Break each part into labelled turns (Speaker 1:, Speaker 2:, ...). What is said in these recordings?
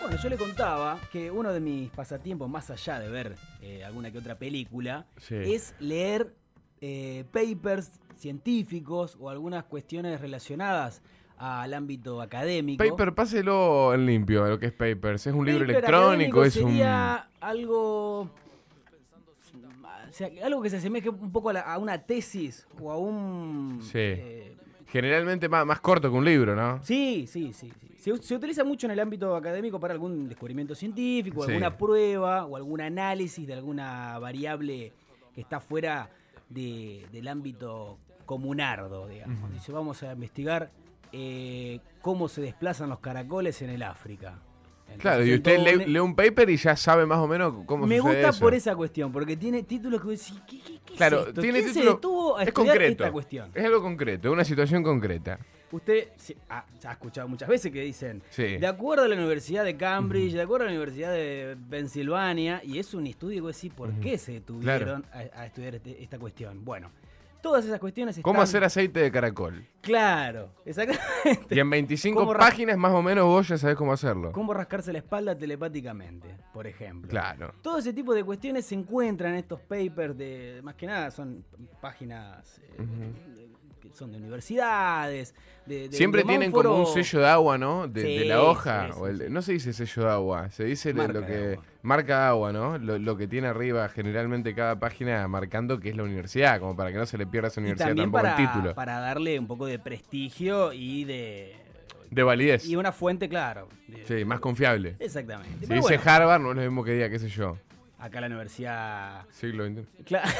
Speaker 1: Bueno, yo le contaba que uno de mis pasatiempos, más allá de ver eh, alguna que otra película,
Speaker 2: Sí.
Speaker 1: es leer eh, papers científicos o algunas cuestiones relacionadas al ámbito académico.
Speaker 2: Paper, páselo en limpio, lo que es Papers. Es un libro
Speaker 1: Paper
Speaker 2: electrónico,
Speaker 1: académico
Speaker 2: es un...
Speaker 1: sería algo... o sea, algo que se asemeje un poco a, la- a una tesis o a un...
Speaker 2: Sí.
Speaker 1: eh,
Speaker 2: Generalmente más, más corto que un libro, ¿no?
Speaker 1: Sí, sí, sí. sí. Se, u- se utiliza mucho en el ámbito académico para algún descubrimiento científico,
Speaker 2: Sí.
Speaker 1: alguna prueba o algún análisis de alguna variable que está fuera de- del ámbito comunardo, digamos. Dice, vamos a investigar eh, cómo se desplazan los caracoles en el África. Entonces,
Speaker 2: Claro, y
Speaker 1: son
Speaker 2: usted
Speaker 1: todo
Speaker 2: lee,
Speaker 1: un-
Speaker 2: lee un paper y ya sabe más o menos cómo
Speaker 1: me
Speaker 2: sucede
Speaker 1: gusta
Speaker 2: eso.
Speaker 1: por esa cuestión, porque tiene títulos que vos decís, ¿qué, qué- qué es
Speaker 2: Claro,
Speaker 1: esto?
Speaker 2: tiene
Speaker 1: ¿Quién se
Speaker 2: título-
Speaker 1: detuvo a
Speaker 2: es
Speaker 1: estudiar
Speaker 2: concreto.
Speaker 1: esta cuestión?
Speaker 2: Es algo concreto, una situación concreta.
Speaker 1: Usted se- ha, ha escuchado muchas veces que dicen,
Speaker 2: Sí.
Speaker 1: de acuerdo a la Universidad de Cambridge, de acuerdo a la Universidad de Pensilvania, y es un estudio que decir por qué se detuvieron a, a estudiar este- esta cuestión. Bueno, todas esas cuestiones están...
Speaker 2: ¿Cómo hacer aceite de caracol?
Speaker 1: Claro, exactamente.
Speaker 2: Y en 25
Speaker 1: ¿Cómo ra-
Speaker 2: páginas más o menos vos ya sabés cómo hacerlo.
Speaker 1: Cómo rascarse la espalda telepáticamente, por ejemplo.
Speaker 2: Claro.
Speaker 1: Todo ese tipo de cuestiones se encuentran en estos papers de, más que nada, son páginas eh, que son de universidades. de- de-
Speaker 2: Siempre
Speaker 1: de
Speaker 2: tienen como un
Speaker 1: Monforo.
Speaker 2: sello de agua, ¿no? De, de
Speaker 1: Sí,
Speaker 2: la hoja.
Speaker 1: sí, sí,
Speaker 2: o el-
Speaker 1: sí.
Speaker 2: No se dice sello de agua, se dice lo-
Speaker 1: Marca
Speaker 2: lo
Speaker 1: de
Speaker 2: que
Speaker 1: agua.
Speaker 2: marca de agua, ¿no? Lo, lo que tiene arriba generalmente cada página marcando que es la universidad, como para que no se le pierda a esa
Speaker 1: Y
Speaker 2: universidad
Speaker 1: también
Speaker 2: tampoco
Speaker 1: para,
Speaker 2: el título.
Speaker 1: para darle un poco de prestigio y de.
Speaker 2: De validez.
Speaker 1: Y una fuente, claro. de-
Speaker 2: Sí, más confiable.
Speaker 1: Exactamente.
Speaker 2: Si
Speaker 1: Pero
Speaker 2: dice
Speaker 1: bueno,
Speaker 2: Harvard, no es lo mismo que diga, qué sé yo,
Speaker 1: acá la universidad.
Speaker 2: siglo XXI.
Speaker 1: Claro.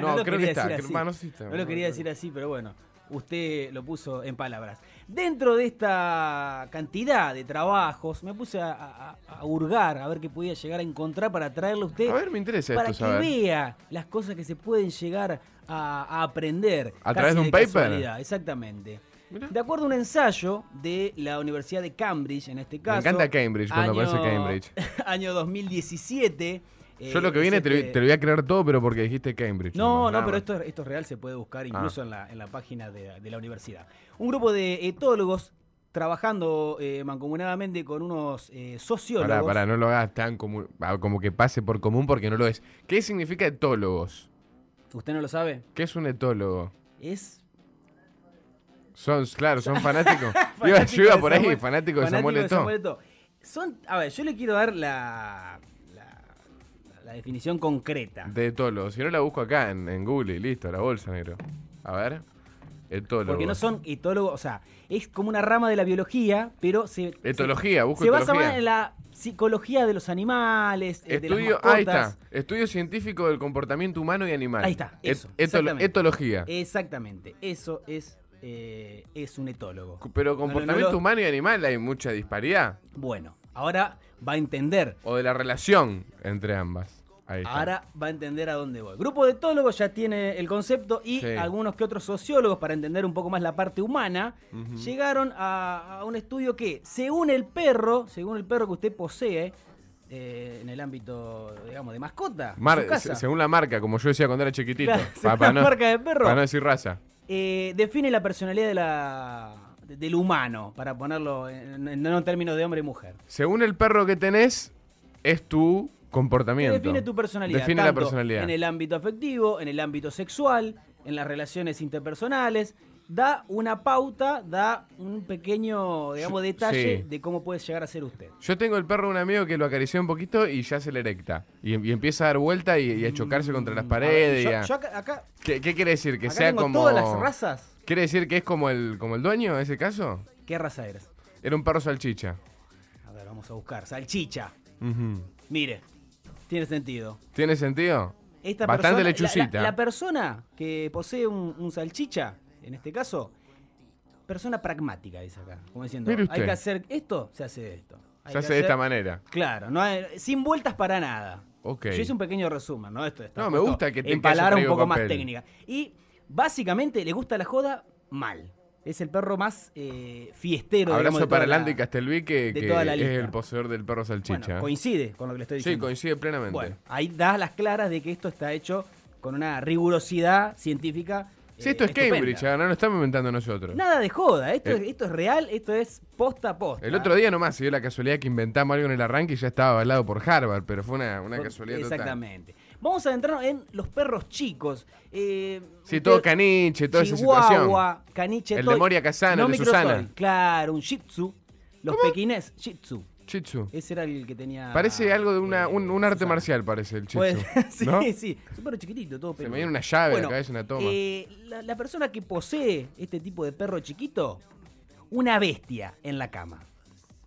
Speaker 2: No,
Speaker 1: lo
Speaker 2: creo que
Speaker 1: quería
Speaker 2: está,
Speaker 1: decir
Speaker 2: creo-
Speaker 1: así.
Speaker 2: va, no sé si está,
Speaker 1: No
Speaker 2: no,
Speaker 1: lo quería
Speaker 2: no.
Speaker 1: decir así, pero bueno, usted lo puso en palabras. Dentro de esta cantidad de trabajos, me puse a, a- a hurgar a ver qué podía llegar a encontrar para traerle a usted.
Speaker 2: A ver, me interesa
Speaker 1: para
Speaker 2: esto,
Speaker 1: que
Speaker 2: saber.
Speaker 1: vea las cosas que se pueden llegar a, a aprender.
Speaker 2: ¿A
Speaker 1: casi
Speaker 2: través de un paper?
Speaker 1: casualidad, Exactamente.
Speaker 2: Mirá.
Speaker 1: De acuerdo a un ensayo de la Universidad de Cambridge, en este caso.
Speaker 2: encanta Cambridge cuando aparece Cambridge.
Speaker 1: Año 2017.
Speaker 2: Yo lo que viene te, lo- te lo voy a creer todo, pero porque dijiste Cambridge.
Speaker 1: eh, este No,
Speaker 2: nomás,
Speaker 1: no,
Speaker 2: nada
Speaker 1: pero
Speaker 2: más. Ah.
Speaker 1: esto, esto es real, se puede buscar incluso en, la, en la página de, de la universidad. Un grupo de etólogos trabajando eh, mancomunadamente con unos eh, sociólogos.
Speaker 2: Pará, pará, no lo hagas tan común, ah, como que pase por común porque no lo es. ¿Qué significa etólogos?
Speaker 1: ¿Usted no lo sabe?
Speaker 2: ¿Qué es un etólogo?
Speaker 1: Es
Speaker 2: Son, claro, son fanáticos. Yo iba-
Speaker 1: fanático
Speaker 2: yo iba
Speaker 1: de
Speaker 2: por ahí,
Speaker 1: Samuel-
Speaker 2: fanático de Samuel
Speaker 1: de
Speaker 2: Eto'o.
Speaker 1: Samuel Eto'o. Son, a ver, yo le quiero dar la, la, la definición concreta.
Speaker 2: De etólogo. Si no la busco acá en, en Google y listo, la bolsa, negro. A ver. Etólogo.
Speaker 1: porque no son etólogos, o sea, es como una rama de la biología, pero se,
Speaker 2: Etología,
Speaker 1: se,
Speaker 2: busco
Speaker 1: se basa
Speaker 2: etología.
Speaker 1: más en la psicología de los animales, eh, de las
Speaker 2: Estudio,
Speaker 1: mascotas.
Speaker 2: ahí está. Estudio científico del comportamiento humano y animal.
Speaker 1: Ahí está,
Speaker 2: Et-
Speaker 1: eso,
Speaker 2: etolo-
Speaker 1: exactamente. Eh,
Speaker 2: etología.
Speaker 1: Exactamente, eso es, eh, es un etólogo.
Speaker 2: Pero
Speaker 1: No, no, no
Speaker 2: comportamiento
Speaker 1: lo-
Speaker 2: humano y animal hay mucha disparidad.
Speaker 1: Bueno, ahora va a entender
Speaker 2: O de la relación entre ambas. Ahí está.
Speaker 1: Ahora va a entender a dónde voy. Grupo de etólogos ya tiene el concepto y
Speaker 2: Sí.
Speaker 1: algunos que otros sociólogos, para entender un poco más la parte humana, llegaron a, a un estudio que, según el perro, según el perro que usted posee, eh, en el ámbito, digamos, de mascota, en
Speaker 2: Mar-
Speaker 1: su casa,
Speaker 2: se- según la marca, como yo decía cuando era chiquitito.
Speaker 1: Claro,
Speaker 2: Pa-
Speaker 1: según
Speaker 2: para
Speaker 1: la
Speaker 2: no,
Speaker 1: marca de perro.
Speaker 2: Para no decir raza.
Speaker 1: eh, define la personalidad de la- de- del humano, para ponerlo en, en- no en términos de hombre y mujer.
Speaker 2: Según el perro que tenés, es tu
Speaker 1: Que
Speaker 2: comportamiento.
Speaker 1: define tu personalidad.
Speaker 2: Define la
Speaker 1: tanto
Speaker 2: personalidad.
Speaker 1: En el ámbito afectivo, en el ámbito sexual, en las relaciones interpersonales. Da una pauta, da un pequeño, digamos,
Speaker 2: Yo-
Speaker 1: detalle
Speaker 2: sí.
Speaker 1: de cómo puede llegar a ser usted.
Speaker 2: Yo tengo el perro de un amigo que lo acarició un poquito y ya se le erecta. Y, y empieza a dar vuelta y, y a chocarse contra las
Speaker 1: Mm, A ver,
Speaker 2: paredes.
Speaker 1: yo-
Speaker 2: y a-
Speaker 1: yo acá, acá-
Speaker 2: ¿Qué, qué quiere decir? Que
Speaker 1: acá
Speaker 2: sea
Speaker 1: tengo
Speaker 2: como.
Speaker 1: todas las razas.
Speaker 2: ¿Quiere decir que es como el, como el dueño en ese caso?
Speaker 1: ¿Qué raza eres?
Speaker 2: Era un perro salchicha.
Speaker 1: A ver, vamos a buscar. Salchicha.
Speaker 2: Ujú.
Speaker 1: Mire, tiene sentido.
Speaker 2: ¿Tiene sentido?
Speaker 1: Esta persona-
Speaker 2: Bastante
Speaker 1: la-
Speaker 2: lechucita.
Speaker 1: La, la persona que posee un, un salchicha, en este caso, persona pragmática, dice acá. Como diciendo,
Speaker 2: Mire
Speaker 1: hay
Speaker 2: usted.
Speaker 1: que hacer esto, se hace de esto. Hay
Speaker 2: se
Speaker 1: que
Speaker 2: hace de esta
Speaker 1: hacer-
Speaker 2: manera.
Speaker 1: Claro, no hay- sin vueltas para nada.
Speaker 2: Ok.
Speaker 1: Yo hice un pequeño resumen, ¿no? Esto está
Speaker 2: No, me
Speaker 1: puesto
Speaker 2: gusta que te-
Speaker 1: En
Speaker 2: que haya
Speaker 1: palabras un
Speaker 2: traído
Speaker 1: poco más
Speaker 2: papel.
Speaker 1: técnicas. Y básicamente le gusta la joda mal. Es el perro más eh, fiestero. digamos, de
Speaker 2: Abrazo
Speaker 1: toda
Speaker 2: para
Speaker 1: la-
Speaker 2: Landy Castelví, que,
Speaker 1: de
Speaker 2: que
Speaker 1: toda la
Speaker 2: es
Speaker 1: lista.
Speaker 2: el poseedor del perro
Speaker 1: Bueno,
Speaker 2: salchicha.
Speaker 1: coincide con lo que le estoy
Speaker 2: ¿eh? sí,
Speaker 1: diciendo.
Speaker 2: coincide plenamente.
Speaker 1: Bueno, ahí da las claras de que esto está hecho con una rigurosidad científica eh,
Speaker 2: Si esto es
Speaker 1: estupenda.
Speaker 2: Cambridge, ahora no lo estamos inventando nosotros.
Speaker 1: Nada de joda, esto,
Speaker 2: Eh.
Speaker 1: esto es real, esto es posta a posta.
Speaker 2: El otro día nomás se dio la casualidad que inventamos algo en el arranque y ya estaba avalado por Harvard, pero fue una, una
Speaker 1: Por-
Speaker 2: casualidad total.
Speaker 1: Exactamente. Vamos a adentrarnos en los perros chicos. Eh,
Speaker 2: Sí,
Speaker 1: usted-
Speaker 2: todo caniche, toda esa situación.
Speaker 1: Chihuahua, caniche,
Speaker 2: El
Speaker 1: toy.
Speaker 2: de Moria Casano, el de
Speaker 1: microtoy,
Speaker 2: Susana.
Speaker 1: Claro, un shih tzu. Los pequines, shih tzu.
Speaker 2: Chitsu.
Speaker 1: Ese era el que tenía.
Speaker 2: Parece algo de una,
Speaker 1: eh,
Speaker 2: un, un arte
Speaker 1: Susana.
Speaker 2: marcial, parece el chitsu.
Speaker 1: Pues, sí,
Speaker 2: ¿no?
Speaker 1: sí. Súper chiquitito, todo
Speaker 2: Se
Speaker 1: peludo.
Speaker 2: me viene una llave a la
Speaker 1: Bueno,
Speaker 2: cabeza, una toma.
Speaker 1: eh, la, la persona que posee este tipo de perro chiquito, una bestia en la cama.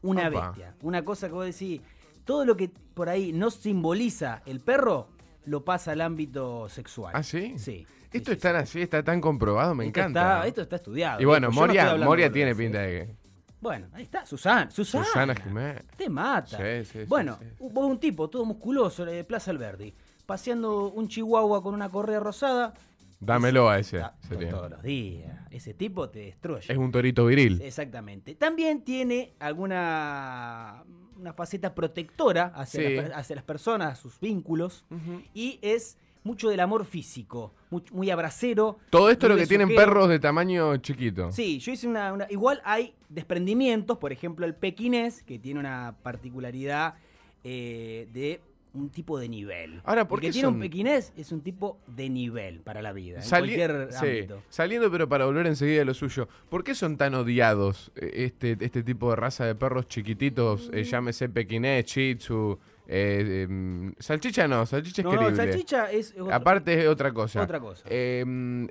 Speaker 1: Una
Speaker 2: Opa.
Speaker 1: bestia. Una cosa que vos decís, todo lo que por ahí no simboliza el perro, lo pasa al ámbito sexual.
Speaker 2: ¿Ah, sí?
Speaker 1: Sí.
Speaker 2: Esto
Speaker 1: Sí,
Speaker 2: es tan así, está tan comprobado, me
Speaker 1: sí. Esto
Speaker 2: encanta.
Speaker 1: está- esto está estudiado.
Speaker 2: y
Speaker 1: Yo
Speaker 2: bueno,
Speaker 1: no estoy
Speaker 2: Moria,
Speaker 1: hablando
Speaker 2: Moria
Speaker 1: boludeces,
Speaker 2: tiene
Speaker 1: ¿eh?
Speaker 2: pinta de que.
Speaker 1: Bueno, ahí está, Susana. Susana,
Speaker 2: Susana Jiménez.
Speaker 1: Te mata.
Speaker 2: Sí, sí, sí,
Speaker 1: bueno,
Speaker 2: sí.
Speaker 1: hubo un tipo todo musculoso de Plaza Alberdi, paseando un chihuahua con una correa rosada.
Speaker 2: Dámelo a ese.
Speaker 1: Ah,
Speaker 2: sería.
Speaker 1: todos los días. Ese tipo te destruye.
Speaker 2: Es un torito viril.
Speaker 1: Exactamente. También tiene alguna una faceta protectora hacia,
Speaker 2: Sí.
Speaker 1: las, per- hacia las personas, sus vínculos, y es mucho del amor físico, muy, muy abracero.
Speaker 2: Todo esto es lo
Speaker 1: muy
Speaker 2: que tienen
Speaker 1: besuquero.
Speaker 2: perros de tamaño chiquito.
Speaker 1: Sí, yo hice una, una- Igual hay desprendimientos, por ejemplo, el pequinés, que tiene una particularidad eh, de un tipo de nivel.
Speaker 2: Ahora, ¿por
Speaker 1: El que
Speaker 2: qué
Speaker 1: tiene un
Speaker 2: son-
Speaker 1: pequinés es un tipo de nivel para la vida, en
Speaker 2: Sali-
Speaker 1: cualquier
Speaker 2: sí,
Speaker 1: ámbito.
Speaker 2: Saliendo, pero para volver enseguida a lo suyo. ¿Por qué son tan odiados eh, este, este tipo de raza de perros chiquititos?
Speaker 1: Mm.
Speaker 2: eh, llámese pequinés, chitsu. eh, em, salchicha no, salchicha es
Speaker 1: No, no,
Speaker 2: querible.
Speaker 1: salchicha es... otro-
Speaker 2: Aparte es otra cosa.
Speaker 1: Otra cosa.
Speaker 2: Eh,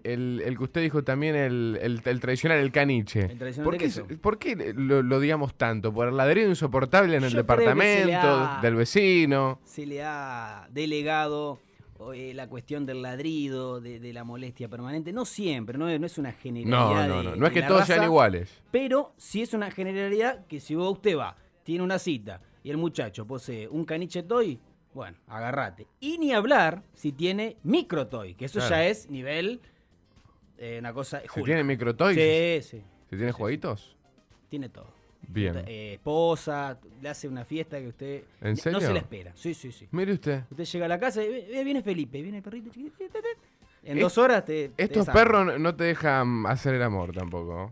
Speaker 2: el, el que usted dijo también, el, el- el tradicional, el caniche.
Speaker 1: El tradicional
Speaker 2: ¿Por
Speaker 1: de
Speaker 2: qué,
Speaker 1: queso.
Speaker 2: es- por qué lo, lo digamos tanto? ¿Por el ladrillo insoportable en el
Speaker 1: Yo creo que se le
Speaker 2: departamento,
Speaker 1: ha-
Speaker 2: del vecino?
Speaker 1: se le ha delegado o, eh, la cuestión del ladrido, de, de la molestia permanente. No siempre, no es, no es una
Speaker 2: No,
Speaker 1: generalidad.
Speaker 2: no,
Speaker 1: de-
Speaker 2: no.
Speaker 1: de
Speaker 2: No es que
Speaker 1: la
Speaker 2: todos
Speaker 1: raza,
Speaker 2: sean iguales.
Speaker 1: Pero sí es una generalidad que si vos- usted va, tiene una cita y el muchacho posee un caniche toy, bueno, agarrate. Y ni hablar si tiene micro toy, que eso
Speaker 2: Claro.
Speaker 1: ya es nivel. eh, una cosa.
Speaker 2: ¿Se
Speaker 1: Hulk.
Speaker 2: tiene microtoys?
Speaker 1: Sí, sí.
Speaker 2: ¿Se tiene jueguitos?
Speaker 1: Tiene todo.
Speaker 2: Bien.
Speaker 1: Eh, esposa, le hace una fiesta que usted.
Speaker 2: ¿En
Speaker 1: No se
Speaker 2: serio?
Speaker 1: la espera. Sí, sí, sí.
Speaker 2: Mire usted.
Speaker 1: Usted llega a la casa y "Eh, viene Felipe, viene el perrito. chiquitito, tit, tit". En
Speaker 2: Es-
Speaker 1: dos horas te. te
Speaker 2: Estos
Speaker 1: desarma.
Speaker 2: perros no- no te dejan hacer el amor tampoco.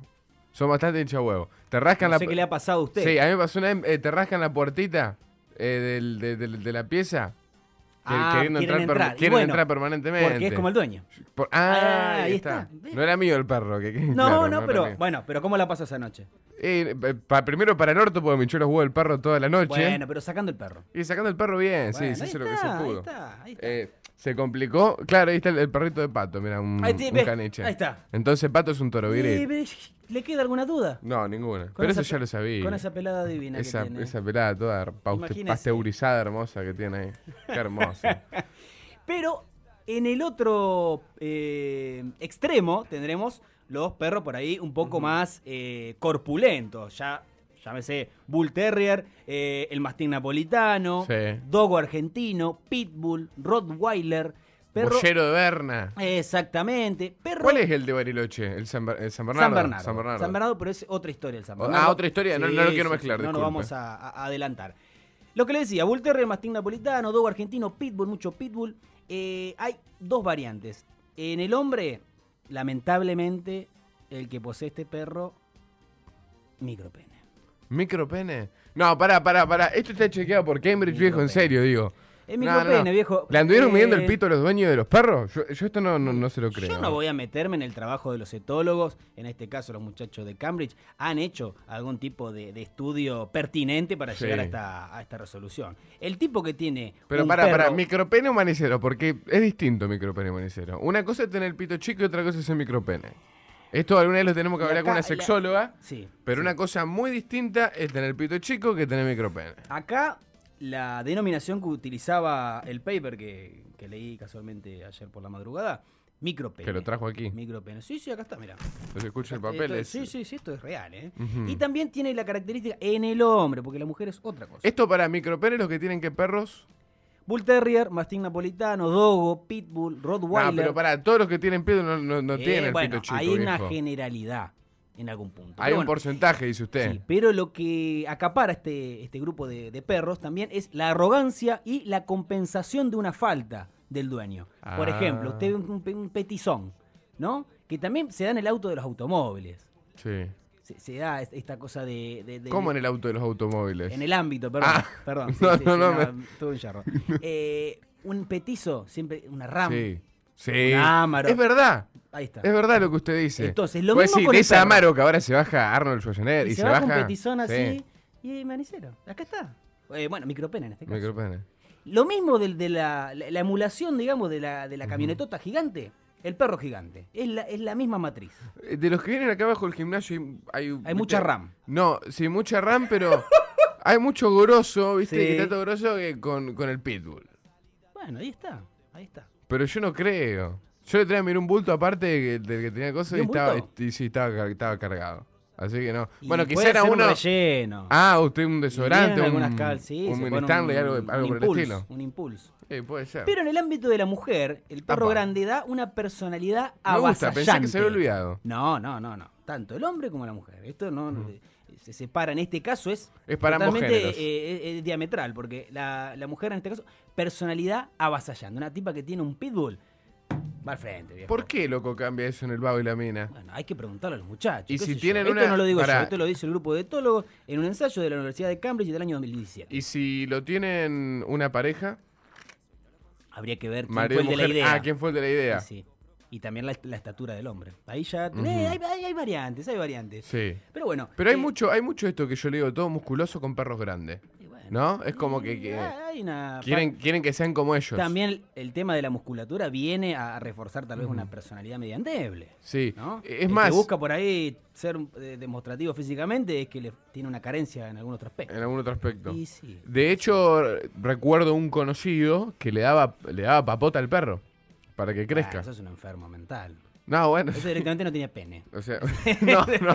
Speaker 2: Son bastante hincha huevo. Te rascan
Speaker 1: No
Speaker 2: la.
Speaker 1: sé qué le ha pasado a usted.
Speaker 2: Sí, a mí me pasó una vez, eh, te rascan la puertita eh, del- de, de- de la pieza. Que-
Speaker 1: Ah,
Speaker 2: queriendo
Speaker 1: quieren
Speaker 2: entrar, perma-
Speaker 1: entrar. Y
Speaker 2: quieren
Speaker 1: bueno,
Speaker 2: entrar permanentemente.
Speaker 1: Porque es como el dueño.
Speaker 2: Por- ah,
Speaker 1: Ah,
Speaker 2: ahí
Speaker 1: ahí
Speaker 2: está.
Speaker 1: está.
Speaker 2: No era mío el perro. Que, que-
Speaker 1: No,
Speaker 2: claro,
Speaker 1: no,
Speaker 2: era
Speaker 1: pero
Speaker 2: mío.
Speaker 1: bueno, pero ¿cómo la pasó esa noche?
Speaker 2: Eh, eh, pa- primero para el orto, porque me hinchó los huevos el perro toda la noche.
Speaker 1: Bueno, pero sacando el perro.
Speaker 2: Y sacando el perro bien,
Speaker 1: Bueno,
Speaker 2: sí, se
Speaker 1: ahí
Speaker 2: hizo lo que se
Speaker 1: está,
Speaker 2: pudo.
Speaker 1: Ahí está, ahí está.
Speaker 2: Eh, se complicó. Claro, ahí está el, el perrito de pato, mira, un,
Speaker 1: Ahí te-
Speaker 2: un
Speaker 1: ve,
Speaker 2: caniche.
Speaker 1: ahí está.
Speaker 2: Entonces pato es un toro viril.
Speaker 1: Eh, ve, ¿Le queda alguna duda?
Speaker 2: No, ninguna.
Speaker 1: Con
Speaker 2: Pero
Speaker 1: esa
Speaker 2: eso ya
Speaker 1: pe-
Speaker 2: lo sabía.
Speaker 1: Con esa pelada divina
Speaker 2: esa,
Speaker 1: que tiene.
Speaker 2: esa pelada toda paste-
Speaker 1: Imagínese.
Speaker 2: pasteurizada hermosa que tiene ahí. Qué hermosa.
Speaker 1: Pero en el otro eh, extremo tendremos los perros por ahí un poco más eh, corpulentos. Ya llámese Bull Terrier, eh, el Mastín Napolitano,
Speaker 2: Sí.
Speaker 1: Dogo Argentino, Pitbull, Rottweiler, perro.
Speaker 2: Bollero de Berna.
Speaker 1: Exactamente. Perro
Speaker 2: ¿Cuál es el de Bariloche? ¿El San, Ber- el San Bernardo?
Speaker 1: San Bernardo.
Speaker 2: San Bernardo.
Speaker 1: pero es otra historia el San
Speaker 2: Ah,
Speaker 1: Bernardo.
Speaker 2: otra historia, no- no lo quiero mezclar,
Speaker 1: No lo
Speaker 2: disculpe.
Speaker 1: vamos a, a- a adelantar. Lo que le decía, Bull Terrier, Mastín Napolitano, Dogo Argentino, Pitbull, mucho Pitbull. Eh, hay dos variantes. En el hombre, lamentablemente, el que posee este perro, micropene.
Speaker 2: ¿Micropene? No, pará, pará, pará. Esto está chequeado por Cambridge, viejo, en
Speaker 1: Micropene.
Speaker 2: serio, digo.
Speaker 1: Es
Speaker 2: No, no,
Speaker 1: micropene,
Speaker 2: no.
Speaker 1: viejo.
Speaker 2: ¿Le anduvieron
Speaker 1: Eh,
Speaker 2: midiendo el pito a los dueños de los perros? Yo, yo esto no, no, no se lo creo.
Speaker 1: Yo no voy a meterme en el trabajo de los etólogos, en este caso los muchachos de Cambridge, han hecho algún tipo de, de estudio pertinente para
Speaker 2: Sí.
Speaker 1: llegar a esta, a esta resolución. El tipo que tiene.
Speaker 2: Pero
Speaker 1: un
Speaker 2: pará, pará,
Speaker 1: perro-
Speaker 2: micropene o manicero, porque es distinto micropene y manicero. Una cosa es tener el pito chico y otra cosa es el micropene. Esto alguna vez lo tenemos que
Speaker 1: Y
Speaker 2: hablar con
Speaker 1: acá
Speaker 2: una
Speaker 1: la-
Speaker 2: sexóloga,
Speaker 1: Sí.
Speaker 2: pero una cosa muy distinta es tener el pito chico que tener micropene.
Speaker 1: Acá la denominación que utilizaba el paper que, que leí casualmente ayer por la madrugada, micropene.
Speaker 2: Que lo trajo aquí.
Speaker 1: Micropene. Sí, sí, acá está, mira.
Speaker 2: Entonces escucho el
Speaker 1: Eh, Esto-
Speaker 2: papel. es-
Speaker 1: Sí, sí, sí, esto es real, ¿eh?
Speaker 2: Ujú.
Speaker 1: Y también tiene la característica en el hombre, porque la mujer es otra cosa.
Speaker 2: Esto para micropene los que tienen que perros.
Speaker 1: Bull Terrier, Mastín Napolitano, Dogo, Pitbull, Rottweiler.
Speaker 2: No, Ah, pero para todos los que tienen pito no, no- no
Speaker 1: Eh,
Speaker 2: tienen el
Speaker 1: bueno,
Speaker 2: pito chico.
Speaker 1: hay una
Speaker 2: viejo.
Speaker 1: generalidad en algún punto.
Speaker 2: Hay
Speaker 1: Pero
Speaker 2: un
Speaker 1: bueno,
Speaker 2: porcentaje, dice usted.
Speaker 1: sí, pero lo que acapara este, este grupo de, de perros también es la arrogancia y la compensación de una falta del dueño. Por
Speaker 2: Ah.
Speaker 1: ejemplo, usted ve un, un pe- un petizón, ¿no? que también se da en el auto de los automóviles.
Speaker 2: Sí.
Speaker 1: Se, se da es- esta cosa de... de- de-
Speaker 2: ¿Cómo en el auto de los automóviles?
Speaker 1: en el ámbito, perdón.
Speaker 2: Ah.
Speaker 1: perdón
Speaker 2: No, no, no,
Speaker 1: tuve un charro. Eh, un petizo, siempre una RAM.
Speaker 2: Sí. Sí.
Speaker 1: Un Amaro.
Speaker 2: Es verdad.
Speaker 1: Ahí está.
Speaker 2: Es verdad lo que usted dice.
Speaker 1: Entonces, lo
Speaker 2: Pues
Speaker 1: mismo
Speaker 2: sí,
Speaker 1: con
Speaker 2: de
Speaker 1: el
Speaker 2: esa
Speaker 1: perro.
Speaker 2: Amaro que ahora se baja Arnold Schwarzenegger
Speaker 1: Y
Speaker 2: y,
Speaker 1: se, va con
Speaker 2: baja.
Speaker 1: petizón
Speaker 2: Sí,
Speaker 1: así y manicero. Acá está. Eh, bueno, micropena en este caso.
Speaker 2: micropene.
Speaker 1: Lo mismo del- de, la, la- la emulación, digamos, de la, de la camionetota gigante. El perro gigante. Es la, es la misma matriz.
Speaker 2: Eh, De los que vienen acá abajo del gimnasio hay, hay,
Speaker 1: Hay mucha
Speaker 2: ¿viste?
Speaker 1: RAM.
Speaker 2: No, sí, mucha RAM, pero hay mucho grosso, ¿viste?
Speaker 1: Sí.
Speaker 2: Que tanto grosso que con, con el pitbull.
Speaker 1: Bueno, ahí está. Ahí está.
Speaker 2: Pero yo no creo. Yo le traía a mirar un bulto aparte de- del que tenía cosas y
Speaker 1: ¿Tenía un
Speaker 2: estaba,
Speaker 1: bulto?
Speaker 2: y sí, estaba, car- estaba cargado. Así que no.
Speaker 1: Y
Speaker 2: bueno,
Speaker 1: puede
Speaker 2: quizá era
Speaker 1: ser
Speaker 2: uno.
Speaker 1: Un relleno.
Speaker 2: Ah, usted un desodorante,
Speaker 1: Vienen
Speaker 2: un,
Speaker 1: algunas cal- sí,
Speaker 2: un
Speaker 1: se
Speaker 2: mini
Speaker 1: pone
Speaker 2: Stanley,
Speaker 1: un-
Speaker 2: algo, algo
Speaker 1: un
Speaker 2: por
Speaker 1: impulso,
Speaker 2: el estilo.
Speaker 1: Un impulso.
Speaker 2: Sí, puede ser.
Speaker 1: Pero en el ámbito de la mujer, el perro
Speaker 2: Apa.
Speaker 1: grande da una personalidad
Speaker 2: Me gusta,
Speaker 1: avasallante.
Speaker 2: pensé que se había olvidado.
Speaker 1: No, no, no, no. Tanto el hombre como la mujer. Esto no eh, se separa. En este caso es,
Speaker 2: Es para ambos
Speaker 1: totalmente
Speaker 2: géneros.
Speaker 1: eh, eh, eh, diametral, porque la, la mujer en este caso, personalidad avasallante. Una tipa que tiene un pitbull va al frente. Viejo.
Speaker 2: ¿Por qué, loco, cambia eso en el vago y la mina?
Speaker 1: Bueno, hay que preguntarlo a los muchachos.
Speaker 2: Y
Speaker 1: qué sé
Speaker 2: si
Speaker 1: yo.
Speaker 2: tienen
Speaker 1: Esto
Speaker 2: una-
Speaker 1: no lo digo
Speaker 2: Pará.
Speaker 1: yo, esto lo dice el grupo de etólogos en un ensayo de la Universidad de Cambridge del año 2017.
Speaker 2: Y si lo tienen una pareja,
Speaker 1: Habría que ver quién
Speaker 2: marido
Speaker 1: fue el
Speaker 2: y
Speaker 1: de la
Speaker 2: mujer.
Speaker 1: idea.
Speaker 2: Ah, ¿quién fue el de la idea?
Speaker 1: Sí, sí. Y también la, la estatura del hombre. Ahí ya tenés- hay, hay- hay variantes, hay variantes.
Speaker 2: Sí.
Speaker 1: Pero bueno.
Speaker 2: Pero hay
Speaker 1: eh,
Speaker 2: mucho, hay mucho esto que yo le digo, todo musculoso con perros grandes.
Speaker 1: y bueno,
Speaker 2: ¿No? Es como que,
Speaker 1: y
Speaker 2: que
Speaker 1: hay una
Speaker 2: quieren, quieren que sean como ellos.
Speaker 1: Ah, También el tema de la musculatura viene a a reforzar tal vez una personalidad media endeble.
Speaker 2: Sí.
Speaker 1: ¿no?
Speaker 2: Es
Speaker 1: El
Speaker 2: más,
Speaker 1: Que busca por ahí ser eh, demostrativo físicamente es que le tiene una carencia en algún otro
Speaker 2: en
Speaker 1: aspecto.
Speaker 2: algún otro aspecto.
Speaker 1: Y sí.
Speaker 2: De hecho, recuerdo un conocido que le daba, le daba papota al perro para que crezca.
Speaker 1: Ah, eso es un enfermo mental.
Speaker 2: No, bueno.
Speaker 1: Eso directamente no tenía pene.
Speaker 2: O sea, no, no.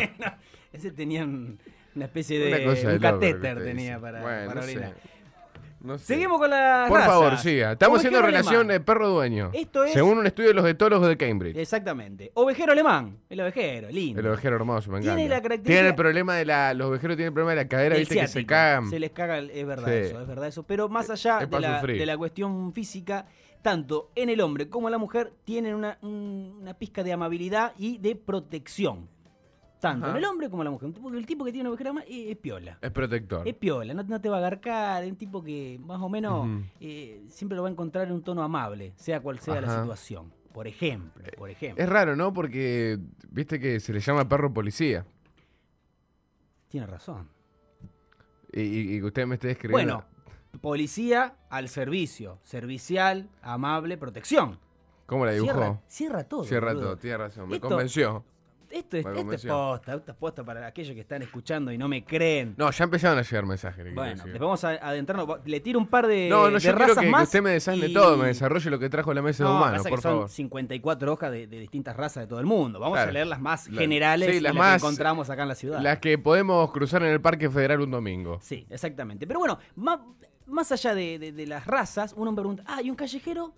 Speaker 1: Ese tenía un- una especie de.
Speaker 2: Una cosa de
Speaker 1: un
Speaker 2: loco lo que
Speaker 1: catéter
Speaker 2: usted
Speaker 1: tenía
Speaker 2: dice.
Speaker 1: para,
Speaker 2: Bueno,
Speaker 1: para
Speaker 2: no sé.
Speaker 1: orinar.
Speaker 2: No sé.
Speaker 1: Seguimos con la
Speaker 2: Por favor, siga. Estamos haciendo relación de perro dueño.
Speaker 1: Esto es-
Speaker 2: Según un estudio de los etólogos de Cambridge.
Speaker 1: Exactamente. Ovejero alemán. El ovejero, lindo.
Speaker 2: El ovejero hermoso, me encanta.
Speaker 1: Tiene la característica-
Speaker 2: Tiene el problema de la. Los ovejeros tienen el problema de la cadera,
Speaker 1: Del
Speaker 2: viste, que se
Speaker 1: ciático.
Speaker 2: cagan.
Speaker 1: Se les caga, el- es verdad
Speaker 2: Sí. Eh,
Speaker 1: eso, es verdad eso. Pero más allá
Speaker 2: es
Speaker 1: de
Speaker 2: pa'
Speaker 1: la,
Speaker 2: sufrir.
Speaker 1: de la cuestión física, tanto en el hombre como en la mujer tienen una, un- una pizca de amabilidad y de protección. Tanto en
Speaker 2: Ajá.
Speaker 1: el hombre como en la mujer. Un tipo- el tipo que tiene una ovejera más es, es piola.
Speaker 2: Es protector.
Speaker 1: Es piola, no, no te va a agarcar, es un tipo que más o menos
Speaker 2: Ujú.
Speaker 1: eh, siempre lo va a encontrar en un tono amable, sea cual sea la
Speaker 2: Ajá. Eh,
Speaker 1: situación. Por ejemplo, por ejemplo.
Speaker 2: Es raro, ¿no? Porque viste que se le llama perro policía.
Speaker 1: Tiene razón.
Speaker 2: Y, y- y que usted me esté describiendo.
Speaker 1: Bueno, policía al servicio, servicial, amable, protección.
Speaker 2: ¿Cómo la dibujó?
Speaker 1: Cierra, cierra todo.
Speaker 2: Cierra
Speaker 1: boludo.
Speaker 2: todo, tiene razón. Me
Speaker 1: Esto-
Speaker 2: convenció.
Speaker 1: Esto es, esto
Speaker 2: Me
Speaker 1: es
Speaker 2: convenció.
Speaker 1: posta, esto es posta para aquellos que están escuchando y no me creen.
Speaker 2: No, ya empezaron a llegar mensajes. le quiero
Speaker 1: bueno,
Speaker 2: decir.
Speaker 1: les vamos a adentrarnos. Va- Le tiro un par de. eh,
Speaker 2: no, no,
Speaker 1: de
Speaker 2: yo quiero
Speaker 1: razas
Speaker 2: que, que
Speaker 1: más
Speaker 2: usted me desasne
Speaker 1: y-
Speaker 2: todo, me desarrolle lo que trajo a la mesa
Speaker 1: No,
Speaker 2: de humanos,
Speaker 1: pasa que
Speaker 2: por
Speaker 1: son
Speaker 2: favor.
Speaker 1: 54 hojas de, de distintas razas de todo el mundo. Vamos
Speaker 2: Claro.
Speaker 1: a leer las más
Speaker 2: La-
Speaker 1: generales
Speaker 2: sí,
Speaker 1: y
Speaker 2: las
Speaker 1: las
Speaker 2: más-
Speaker 1: que encontramos acá en la ciudad.
Speaker 2: Las que podemos cruzar en el Parque Federal un domingo.
Speaker 1: Sí, exactamente. Pero bueno, más, más allá de, de- de las razas, uno me pregunta, ah, ¿y un callejero?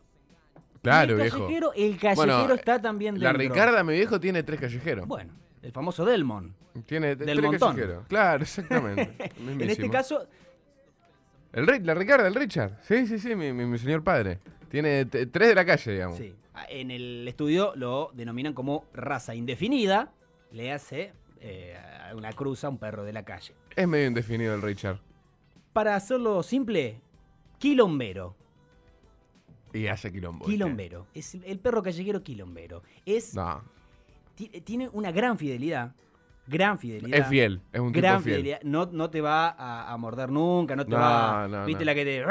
Speaker 2: Claro,
Speaker 1: ¿Y el
Speaker 2: viejo.
Speaker 1: callejero, el callejero
Speaker 2: Bueno,
Speaker 1: está también
Speaker 2: La
Speaker 1: dentro.
Speaker 2: Ricarda, mi viejo, tiene tres callejeros.
Speaker 1: Bueno, el famoso Delmon.
Speaker 2: tiene
Speaker 1: del
Speaker 2: tres
Speaker 1: montón.
Speaker 2: callejeros. Claro, exactamente.
Speaker 1: En este
Speaker 2: Mismísimo.
Speaker 1: caso,
Speaker 2: El, Ri- la Ricarda, el Richard. Sí, sí, sí, mi, mi- mi señor padre. Tiene t- tres de la calle, digamos.
Speaker 1: sí, Ah, en el estudio lo denominan como raza indefinida. Le hace eh, una cruz a un perro de la calle.
Speaker 2: Es medio indefinido el Richard.
Speaker 1: Para hacerlo simple, quilombero.
Speaker 2: Y hace quilombo. ¿viste?
Speaker 1: Quilombero. Es el perro callejero quilombero. Es,
Speaker 2: No,
Speaker 1: ti- eh, Tiene una gran fidelidad. Gran fidelidad.
Speaker 2: es fiel. Es un
Speaker 1: gran
Speaker 2: tipo fiel.
Speaker 1: fidelidad. No, no te va a, a morder nunca, no te
Speaker 2: No,
Speaker 1: va.
Speaker 2: no,
Speaker 1: ¿Viste
Speaker 2: no.
Speaker 1: la que te.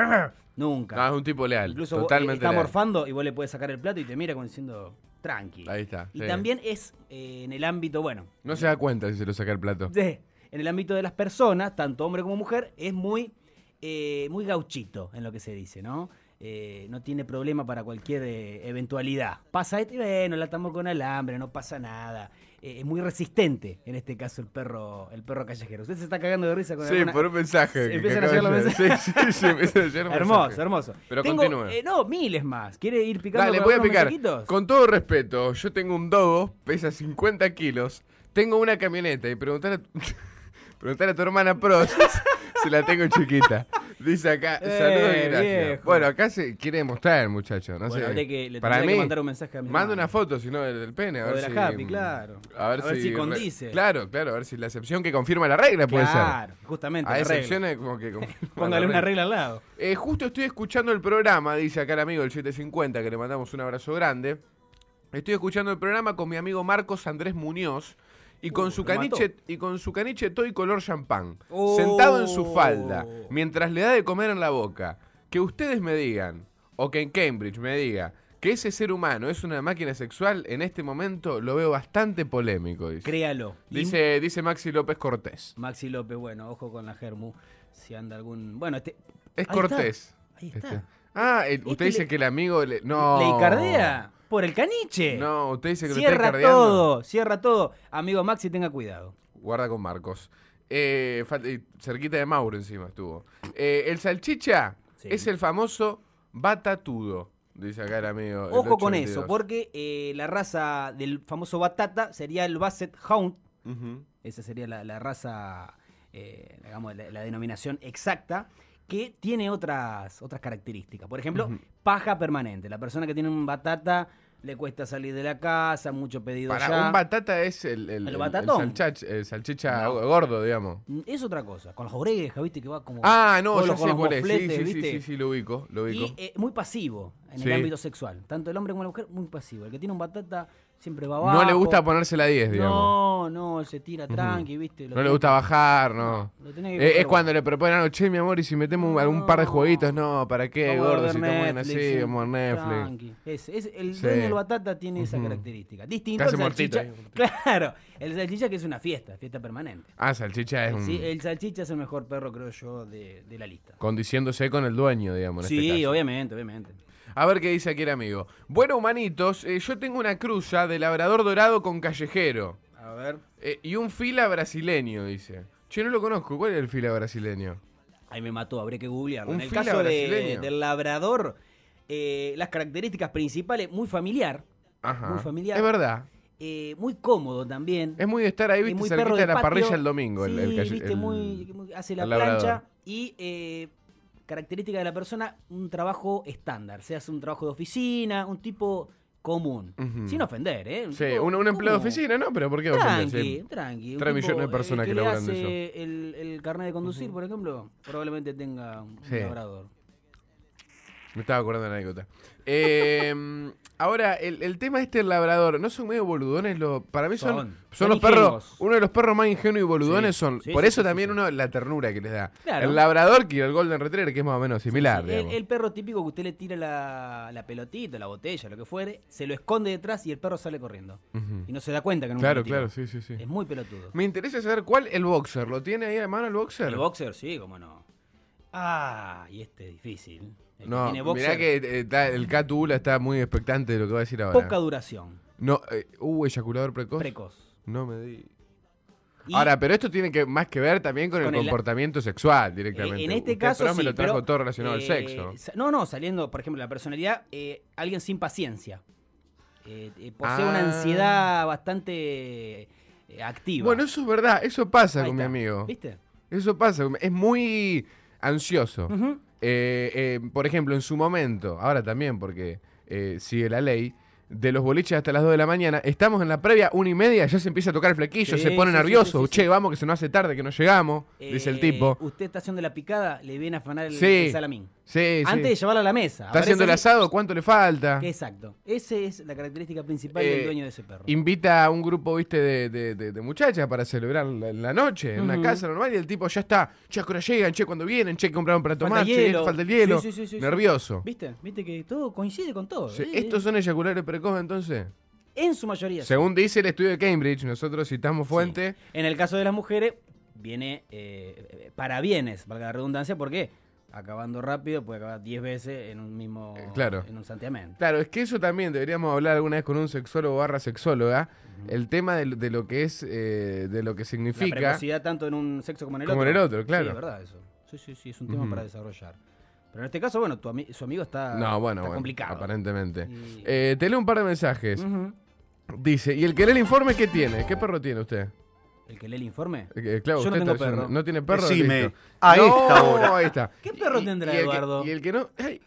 Speaker 1: Nunca.
Speaker 2: No, es un tipo leal.
Speaker 1: Incluso vos, eh,
Speaker 2: totalmente
Speaker 1: está
Speaker 2: leal.
Speaker 1: morfando y vos le puedes sacar el plato y te mira como diciendo tranqui.
Speaker 2: Ahí está.
Speaker 1: Y
Speaker 2: sí.
Speaker 1: también es eh, en el ámbito, bueno,
Speaker 2: No se da cuenta si se lo saca el plato.
Speaker 1: de- en el ámbito de las personas, tanto hombre como mujer, es muy, eh, muy gauchito en lo que se dice, ¿no? Eh, no tiene problema para cualquier eh, eventualidad. Pasa esto y bueno, la atamos con alambre, no pasa nada. Eh, es muy resistente, en este caso, el perro, el perro callejero. Usted se está cagando de risa con
Speaker 2: Sí,
Speaker 1: alguna-
Speaker 2: por un mensaje.
Speaker 1: Se
Speaker 2: que-
Speaker 1: empiezan
Speaker 2: que
Speaker 1: a llegar
Speaker 2: acaba
Speaker 1: los
Speaker 2: de llegar. Sí, sí, sí, empiezan a llegar los mensajes.
Speaker 1: Hermoso, hermoso.
Speaker 2: Pero
Speaker 1: Tengo,
Speaker 2: continúe.
Speaker 1: eh, no, miles más. ¿Quiere ir picando
Speaker 2: Dale,
Speaker 1: con
Speaker 2: voy a
Speaker 1: algunos
Speaker 2: picar.
Speaker 1: mensajitos?
Speaker 2: Con todo respeto, yo tengo un dogo, pesa 50 kilos, tengo una camioneta y preguntar a, preguntar a tu hermana Pro, se la tengo chiquita. Dice acá,
Speaker 1: Eh,
Speaker 2: saludos Ignacio.
Speaker 1: viejo.
Speaker 2: Bueno, acá se quiere mostrar el muchacho, no
Speaker 1: Bueno,
Speaker 2: sé.
Speaker 1: habré que- le
Speaker 2: Para
Speaker 1: tendría
Speaker 2: mí,
Speaker 1: que mandar un mensaje a mi
Speaker 2: manda
Speaker 1: hermano.
Speaker 2: una foto, si no, del, del pene. A
Speaker 1: O
Speaker 2: ver
Speaker 1: de la
Speaker 2: si,
Speaker 1: Happy, claro.
Speaker 2: A ver,
Speaker 1: A ver
Speaker 2: si,
Speaker 1: si condice.
Speaker 2: Claro, claro, a ver si la excepción que confirma la regla puede
Speaker 1: Claro,
Speaker 2: ser.
Speaker 1: justamente.
Speaker 2: Hay
Speaker 1: la regla.
Speaker 2: excepciones como que confirman la
Speaker 1: Póngale una regla al lado.
Speaker 2: Eh, justo estoy escuchando el programa, dice acá el amigo del 750, que le mandamos un abrazo grande. Estoy escuchando el programa con mi amigo Marcos Andrés Muñoz y con
Speaker 1: Uh,
Speaker 2: su
Speaker 1: lo
Speaker 2: caniche
Speaker 1: mató.
Speaker 2: y con su caniche toy color champán,
Speaker 1: Oh.
Speaker 2: sentado en su falda, mientras le da de comer en la boca. Que ustedes me digan, o que en Cambridge me diga, que ese ser humano es una máquina sexual, en este momento lo veo bastante polémico. Dice,
Speaker 1: Créalo. Y
Speaker 2: dice, dice Maxi López Cortés.
Speaker 1: Maxi López, bueno, ojo con la Germu. Si anda algún. Bueno, este.
Speaker 2: Es
Speaker 1: Ahí
Speaker 2: Cortés.
Speaker 1: está, Ahí está.
Speaker 2: Este. Ah, el-
Speaker 1: Este
Speaker 2: usted
Speaker 1: le-
Speaker 2: dice que el amigo le, no.
Speaker 1: Le icardea por el caniche.
Speaker 2: No, usted dice que lo está
Speaker 1: Cierra
Speaker 2: encardeando.
Speaker 1: todo, cierra todo. Amigo Maxi, tenga cuidado.
Speaker 2: Guarda con Marcos. Eh, fal- eh, cerquita de Mauro encima estuvo. Eh, el salchicha
Speaker 1: Sí.
Speaker 2: es el famoso batatudo, dice acá el amigo. el
Speaker 1: Ojo con
Speaker 2: 822.
Speaker 1: eso, porque eh, la raza del famoso Batata sería el Basset Hound.
Speaker 2: Ujú.
Speaker 1: Esa sería la, la raza, eh, digamos, la, la denominación exacta, que tiene otras, otras características. Por ejemplo,
Speaker 2: Ujú.
Speaker 1: paja permanente. La persona que tiene un Batata le cuesta salir de la casa, mucho pedido
Speaker 2: Para
Speaker 1: allá.
Speaker 2: un batata es el, el,
Speaker 1: El
Speaker 2: el-
Speaker 1: batatón.
Speaker 2: el salchach- el salchicha
Speaker 1: No.
Speaker 2: gordo, digamos.
Speaker 1: Es otra cosa, con las orejas, ¿viste? Que va como...
Speaker 2: Ah, no,
Speaker 1: Con
Speaker 2: ya
Speaker 1: los- con
Speaker 2: sé
Speaker 1: los
Speaker 2: cuál es. Sí,
Speaker 1: mofletes,
Speaker 2: sí, sí,
Speaker 1: ¿viste?
Speaker 2: sí, sí, lo ubico, lo ubico.
Speaker 1: Y eh, muy pasivo en
Speaker 2: Sí.
Speaker 1: el ámbito sexual. Tanto el hombre como la mujer, muy pasivo. El que tiene un batata siempre va abajo.
Speaker 2: no le gusta ponerse la 10, digamos.
Speaker 1: No, no, él se tira tranqui, ¿viste? Lo
Speaker 2: No, le
Speaker 1: tenés-
Speaker 2: gusta bajar, no.
Speaker 1: Lo tenés que
Speaker 2: Eh,
Speaker 1: coger
Speaker 2: es
Speaker 1: vos.
Speaker 2: cuando le proponen algo, che, mi amor, y si metemos un- algún par de jueguitos, no, ¿para qué,
Speaker 1: Vamos a
Speaker 2: gordo?
Speaker 1: ver
Speaker 2: Si estamos bien
Speaker 1: Netflix,
Speaker 2: así,
Speaker 1: sí,
Speaker 2: vamos a Netflix.
Speaker 1: tranqui. Es, es- el
Speaker 2: Sí.
Speaker 1: dueño del batata tiene esa característica. Distinto al
Speaker 2: Casi mortito,
Speaker 1: salchicha. Claro, el salchicha que es una fiesta, fiesta permanente.
Speaker 2: Ah, salchicha es un.
Speaker 1: Sí, el salchicha es el mejor perro, creo yo, de, de la lista.
Speaker 2: Condiciéndose con el dueño, digamos. En
Speaker 1: Sí,
Speaker 2: este caso.
Speaker 1: obviamente, obviamente.
Speaker 2: A ver qué dice aquí el amigo. Bueno, humanitos, eh, yo tengo una cruza de labrador dorado con callejero.
Speaker 1: A ver.
Speaker 2: eh, y un fila brasileño, dice. Che, no lo conozco. ¿Cuál es el fila brasileño?
Speaker 1: Ahí me mató, habré que googlearlo.
Speaker 2: Un
Speaker 1: en el
Speaker 2: fila
Speaker 1: caso de-
Speaker 2: brasileño.
Speaker 1: del labrador, eh, las características principales, muy familiar,
Speaker 2: Ajá.
Speaker 1: Muy familiar.
Speaker 2: Es verdad.
Speaker 1: eh, muy cómodo también.
Speaker 2: Es muy de estar ahí,
Speaker 1: y
Speaker 2: viste,
Speaker 1: muy
Speaker 2: cerquita
Speaker 1: perro
Speaker 2: de la
Speaker 1: patio.
Speaker 2: parrilla el domingo. el-
Speaker 1: Sí,
Speaker 2: el calle-
Speaker 1: viste,
Speaker 2: el-
Speaker 1: muy- que muy- hace la
Speaker 2: el
Speaker 1: plancha
Speaker 2: labrador.
Speaker 1: y eh, característica de la persona, un trabajo estándar. Se hace un trabajo de oficina, un tipo común.
Speaker 2: Ujú.
Speaker 1: Sin ofender, ¿eh?
Speaker 2: Sí,
Speaker 1: tipo
Speaker 2: un, un empleado de
Speaker 1: común.
Speaker 2: oficina, ¿no? Pero ¿por qué
Speaker 1: Tranqui,
Speaker 2: ofender? Sí.
Speaker 1: tranqui. Un
Speaker 2: Tres
Speaker 1: tipo,
Speaker 2: millones de
Speaker 1: eh,
Speaker 2: personas que
Speaker 1: que le
Speaker 2: laburan de
Speaker 1: hace El, el carnet de conducir, por ejemplo, probablemente tenga un
Speaker 2: Sí.
Speaker 1: labrador.
Speaker 2: Me estaba acordando de la anécdota. Eh, ahora, el, el tema este del labrador, ¿no son medio boludones? Los, para mí son, son,
Speaker 1: Son. Son
Speaker 2: los perros.
Speaker 1: ingenuos.
Speaker 2: Uno de los perros más ingenuos y boludones
Speaker 1: Sí.
Speaker 2: son.
Speaker 1: Sí,
Speaker 2: por
Speaker 1: sí,
Speaker 2: eso
Speaker 1: sí,
Speaker 2: también
Speaker 1: sí, sí.
Speaker 2: uno la ternura que les da.
Speaker 1: Claro.
Speaker 2: El labrador que el Golden Retriever, que es más o menos similar.
Speaker 1: Sí, el,
Speaker 2: digamos.
Speaker 1: el perro típico que usted le tira la, la pelotita, la botella, lo que fuere, se lo esconde detrás y el perro sale corriendo.
Speaker 2: Ujú.
Speaker 1: Y no se da cuenta que nunca
Speaker 2: Claro,
Speaker 1: lo tiró.
Speaker 2: claro, sí, sí, sí.
Speaker 1: Es muy pelotudo.
Speaker 2: Me interesa saber cuál el boxer. ¿Lo tiene ahí a mano el boxer?
Speaker 1: El boxer, sí, cómo no. Ah, y este es difícil. El que
Speaker 2: No,
Speaker 1: tiene boxer,
Speaker 2: mirá que eh, está- el Catula está muy expectante de lo que va a decir ahora.
Speaker 1: poca duración,
Speaker 2: No, eh, uh, eyaculador precoz.
Speaker 1: precoz.
Speaker 2: No me di.
Speaker 1: Y, eh,
Speaker 2: Ahora, pero esto tiene que más que ver también con,
Speaker 1: Con
Speaker 2: el
Speaker 1: el-
Speaker 2: comportamiento sexual
Speaker 1: eh,
Speaker 2: directamente.
Speaker 1: en este
Speaker 2: Usted,
Speaker 1: caso
Speaker 2: Trump,
Speaker 1: sí,
Speaker 2: lo trajo
Speaker 1: pero,
Speaker 2: todo relacionado al
Speaker 1: eh,
Speaker 2: sexo.
Speaker 1: sa- No, no, saliendo, por ejemplo, la personalidad, eh, alguien sin paciencia. Eh, eh, posee una
Speaker 2: Ah.
Speaker 1: ansiedad bastante eh, activa.
Speaker 2: Bueno, eso es verdad, eso pasa
Speaker 1: Ahí
Speaker 2: con mi
Speaker 1: está.
Speaker 2: amigo.
Speaker 1: ¿Viste?
Speaker 2: Eso pasa, con- es muy ansioso.
Speaker 1: Ujú.
Speaker 2: Eh, eh, por ejemplo, en su momento, ahora también porque eh, sigue la ley, de los boliches hasta las 2 de la mañana, estamos en la previa, una y media, ya se empieza a tocar el flequillo,
Speaker 1: Sí,
Speaker 2: se pone
Speaker 1: sí, sí,
Speaker 2: nervioso,
Speaker 1: sí, sí,
Speaker 2: che,
Speaker 1: sí.
Speaker 2: vamos que se nos hace tarde, que no llegamos, dice el
Speaker 1: Eh,
Speaker 2: tipo.
Speaker 1: Usted está haciendo la picada, le viene a afanar el,
Speaker 2: Sí.
Speaker 1: el salamín.
Speaker 2: Sí, sí.
Speaker 1: Antes de llevarlo a la mesa.
Speaker 2: Está haciendo el
Speaker 1: aparece
Speaker 2: asado, ¿cuánto le falta?
Speaker 1: ahí- Exacto. Esa es la característica principal
Speaker 2: Eh,
Speaker 1: del dueño de ese perro.
Speaker 2: Invita a un grupo, viste, de, de- de- de muchachas para celebrar la, la noche en una
Speaker 1: Ujú.
Speaker 2: casa normal y el tipo ya está, che, ahora llegan, che, cuando vienen, che, compraron para
Speaker 1: Falta
Speaker 2: tomar, che,
Speaker 1: hielo.
Speaker 2: esto, falta el hielo,
Speaker 1: Sí, sí, sí, sí, sí.
Speaker 2: nervioso.
Speaker 1: ¿Viste? ¿Viste que todo coincide con todo?
Speaker 2: Sí,
Speaker 1: eh,
Speaker 2: ¿Estos son eyaculares precoces entonces?
Speaker 1: En su mayoría. sí.
Speaker 2: Según dice el estudio de Cambridge, nosotros citamos fuente,
Speaker 1: Sí. En el caso de las mujeres, viene eh, para bienes, valga la redundancia, porque acabando rápido puede acabar 10 veces en un mismo.
Speaker 2: Eh, claro.
Speaker 1: En un santiamén.
Speaker 2: Claro, es que eso también deberíamos hablar alguna vez con un sexólogo barra sexóloga. El tema de, de lo que es, eh, de lo que
Speaker 1: La
Speaker 2: significa.
Speaker 1: precocidad tanto en un sexo como en el
Speaker 2: Como
Speaker 1: otro.
Speaker 2: en el otro, claro.
Speaker 1: Sí, es verdad eso. Sí, sí, sí, es un tema
Speaker 2: Ujú.
Speaker 1: para desarrollar. Pero en este caso, bueno, tu ami- su amigo está,
Speaker 2: No, bueno,
Speaker 1: está
Speaker 2: bueno,
Speaker 1: complicado.
Speaker 2: aparentemente.
Speaker 1: Y-
Speaker 2: Eh, te leo un par de mensajes.
Speaker 1: Ujú.
Speaker 2: Dice, ¿y el que lee el informe qué tiene? ¿Qué perro tiene usted?
Speaker 1: ¿El que lee el informe?
Speaker 2: Eh, Clau,
Speaker 1: Yo no
Speaker 2: usted
Speaker 1: tengo
Speaker 2: está leyendo.
Speaker 1: perro.
Speaker 2: ¿No tiene perro?
Speaker 3: Decime,
Speaker 2: Listo.
Speaker 3: a
Speaker 2: No,
Speaker 3: esta hora.
Speaker 2: Ah, ahí está.
Speaker 1: ¿Qué perro tendrá
Speaker 2: y el que-
Speaker 1: Eduardo?
Speaker 2: y el que no... ay.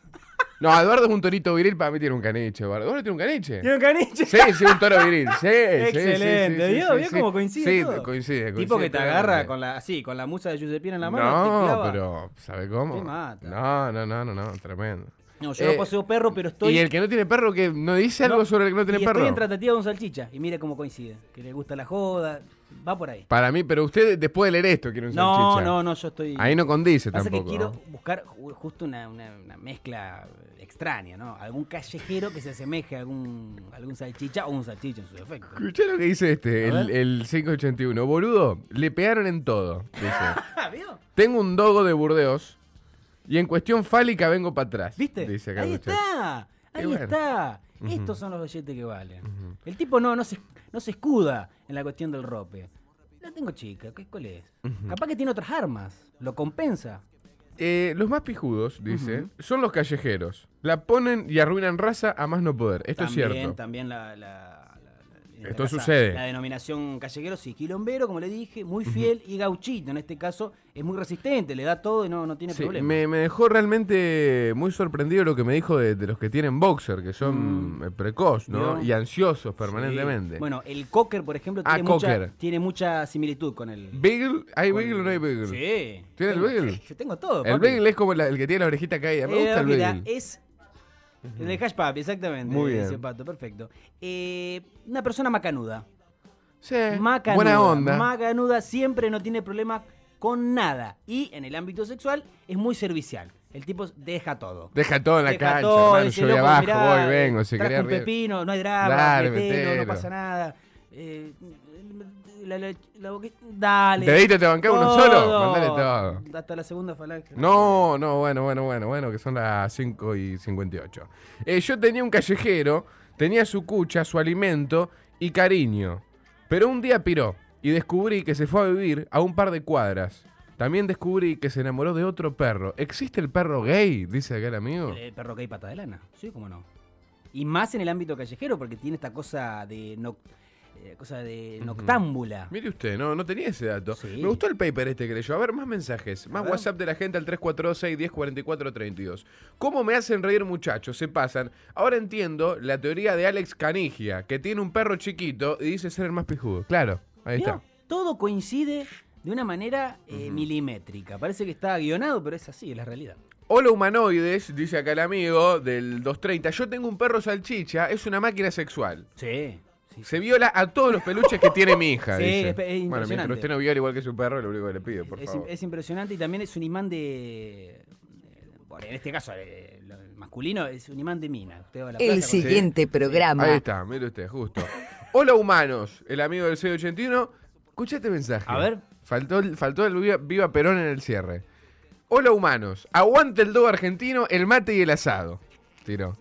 Speaker 2: No, Eduardo es un torito viril, para mí tiene un caniche, Eduardo. ¿Eduardo tiene un caniche?
Speaker 1: ¿Tiene un caniche?
Speaker 2: Sí, sí, un toro viril. Sí, sí, sí, sí,
Speaker 1: Excelente.
Speaker 2: sí,
Speaker 1: ¿Vio?
Speaker 2: sí,
Speaker 1: ¿Vio
Speaker 2: sí.
Speaker 1: cómo coincide
Speaker 2: Sí,
Speaker 1: todo?
Speaker 2: coincide,
Speaker 1: Tipo que
Speaker 2: coincide
Speaker 1: te agarra
Speaker 2: plenamente.
Speaker 1: con la, sí, con la musa de Giuseppina en la mano. te
Speaker 2: No,
Speaker 1: clava.
Speaker 2: pero ¿sabe cómo?
Speaker 1: Te mata.
Speaker 2: No, no, no, no, no, tremendo.
Speaker 1: No, yo
Speaker 2: Eh,
Speaker 1: no poseo perro, pero estoy.
Speaker 2: Y el que no tiene perro, que no dice algo
Speaker 1: No,
Speaker 2: sobre el que no tiene
Speaker 1: y
Speaker 2: perro.
Speaker 1: Estoy en tratativa de un salchicha. Y mire cómo coincide. Que le gusta la joda. Va por ahí.
Speaker 2: Para mí, pero usted después de leer esto quiere un
Speaker 1: No,
Speaker 2: salchicha.
Speaker 1: no, no, yo estoy.
Speaker 2: Ahí no condice
Speaker 1: Pasa
Speaker 2: tampoco.
Speaker 1: que quiero
Speaker 2: ¿no?
Speaker 1: buscar ju- justo una, una- una mezcla extraña, ¿no? Algún callejero que se asemeje a algún, algún salchicha o un salchicha en su defecto.
Speaker 2: Escuchá lo que dice este,
Speaker 1: A
Speaker 2: el,
Speaker 1: ver.
Speaker 2: el 581. Boludo, le pegaron en todo. Dice.
Speaker 1: Ah, ¿vio?
Speaker 2: Tengo un dogo de Burdeos y en cuestión fálica vengo para atrás.
Speaker 1: ¿Viste?
Speaker 2: Dice acá
Speaker 1: ahí
Speaker 2: el muchacho.
Speaker 1: está. Ahí
Speaker 2: Y bueno.
Speaker 1: está. Estos son los billetes que valen. El tipo no, no, se, no se escuda en la cuestión del rope. La tengo chica, ¿qué- ¿cuál es? Capaz que tiene otras armas. Lo compensa.
Speaker 2: Eh, los más pijudos, dice, son los callejeros. La ponen y arruinan raza a más no poder. Esto
Speaker 1: también,
Speaker 2: es cierto.
Speaker 1: También la. la- la- en
Speaker 2: Esto
Speaker 1: esta casa,
Speaker 2: sucede.
Speaker 1: La denominación callejero, sí, quilombero, como le dije, muy fiel y gauchito en este caso, es muy resistente, le da todo y no, no tiene
Speaker 2: Sí,
Speaker 1: problema.
Speaker 2: me, me dejó realmente muy sorprendido lo que me dijo de, de los que tienen boxer, que son eh, precoz, ¿no?
Speaker 1: ¿Vio?
Speaker 2: Y ansiosos
Speaker 1: Mm. Sí.
Speaker 2: permanentemente.
Speaker 1: Bueno, el cocker, por ejemplo,
Speaker 2: Ah,
Speaker 1: tiene, mucha,
Speaker 2: cocker.
Speaker 1: tiene mucha similitud con el.
Speaker 2: ¿Beagle? ¿Hay
Speaker 1: con-
Speaker 2: beagle o no hay beagle?
Speaker 1: Sí.
Speaker 2: ¿Tiene el
Speaker 1: Tengo- eh,
Speaker 2: beagle?
Speaker 1: Yo tengo todo.
Speaker 2: El
Speaker 1: papi.
Speaker 2: beagle es como la- el que tiene la orejita caída. Me
Speaker 1: Eh,
Speaker 2: gusta el
Speaker 1: mira,
Speaker 2: beagle.
Speaker 1: Es el de Hash Papi, exactamente.
Speaker 2: Muy bien.
Speaker 1: Ese pato, perfecto. Eh, una persona macanuda.
Speaker 2: Sí,
Speaker 1: Macanuda.
Speaker 2: buena onda.
Speaker 1: Macanuda siempre no tiene problemas con nada. Y en el ámbito sexual es muy servicial. El tipo deja todo.
Speaker 2: Deja todo en la
Speaker 1: Deja
Speaker 2: cancha,
Speaker 1: todo,
Speaker 2: hermano.
Speaker 1: dice,
Speaker 2: Yo voy
Speaker 1: "Loco,
Speaker 2: abajo,
Speaker 1: mirá,
Speaker 2: voy, vengo. Si
Speaker 1: traje
Speaker 2: querés
Speaker 1: un
Speaker 2: arriba".
Speaker 1: pepino, no hay drama,
Speaker 2: Dale,
Speaker 1: metelo,
Speaker 2: metelo.
Speaker 1: no pasa nada. Eh, la- la- la boqui- dale.
Speaker 2: Dedito te bancaba uno
Speaker 1: Todo.
Speaker 2: solo, mandale todo.
Speaker 1: Hasta la segunda falange.
Speaker 2: No, no, bueno, bueno, bueno, bueno, que son las 5 y 58. Eh, yo tenía un callejero, tenía su cucha, su alimento y cariño. Pero un día piró y descubrí que se fue a vivir a un par de cuadras. También descubrí que se enamoró de otro perro. ¿Existe el perro gay? Dice acá el amigo.
Speaker 1: El Eh, perro que hay pata de lana, sí, cómo no. Y más en el ámbito callejero, porque tiene esta cosa de noc- eh, cosa de noctámbula.
Speaker 2: Mire usted, no, no tenía ese dato.
Speaker 1: Sí.
Speaker 2: Me gustó el paper este que leyó. A ver, más mensajes. Más
Speaker 1: ver.
Speaker 2: WhatsApp de la gente al 3426-104432. ¿Cómo me hacen reír, muchachos? Se pasan. Ahora entiendo la teoría de Alex Canigia, que tiene un perro chiquito y dice ser el más pijudo. Claro, ahí
Speaker 1: Mirá,
Speaker 2: está.
Speaker 1: Todo coincide de una manera eh, milimétrica. Parece que está guionado, pero es así, es la realidad.
Speaker 2: Hola humanoides, dice acá el amigo del 230. Yo tengo un perro salchicha, es una máquina sexual.
Speaker 1: Sí. sí, sí.
Speaker 2: Se viola a todos los peluches que tiene mi hija.
Speaker 1: Sí,
Speaker 2: dice.
Speaker 1: es- es
Speaker 2: bueno, mientras
Speaker 1: impresionante.
Speaker 2: usted no viola igual que su perro, lo único que le pido, por
Speaker 1: Es,
Speaker 2: favor.
Speaker 1: es impresionante y también es un imán de. bueno, en este caso, eh, lo- el masculino es un imán de mina. Usted va a la
Speaker 4: El
Speaker 1: plaza con-
Speaker 4: siguiente programa
Speaker 2: Ahí está, mire usted, justo. Hola humanos, el amigo del 681. Escucha este mensaje.
Speaker 1: A ver.
Speaker 2: Faltó, el- faltó el viva, viva Perón en el cierre. Hola humanos, aguante el dogo argentino, el mate y el asado. Tiró.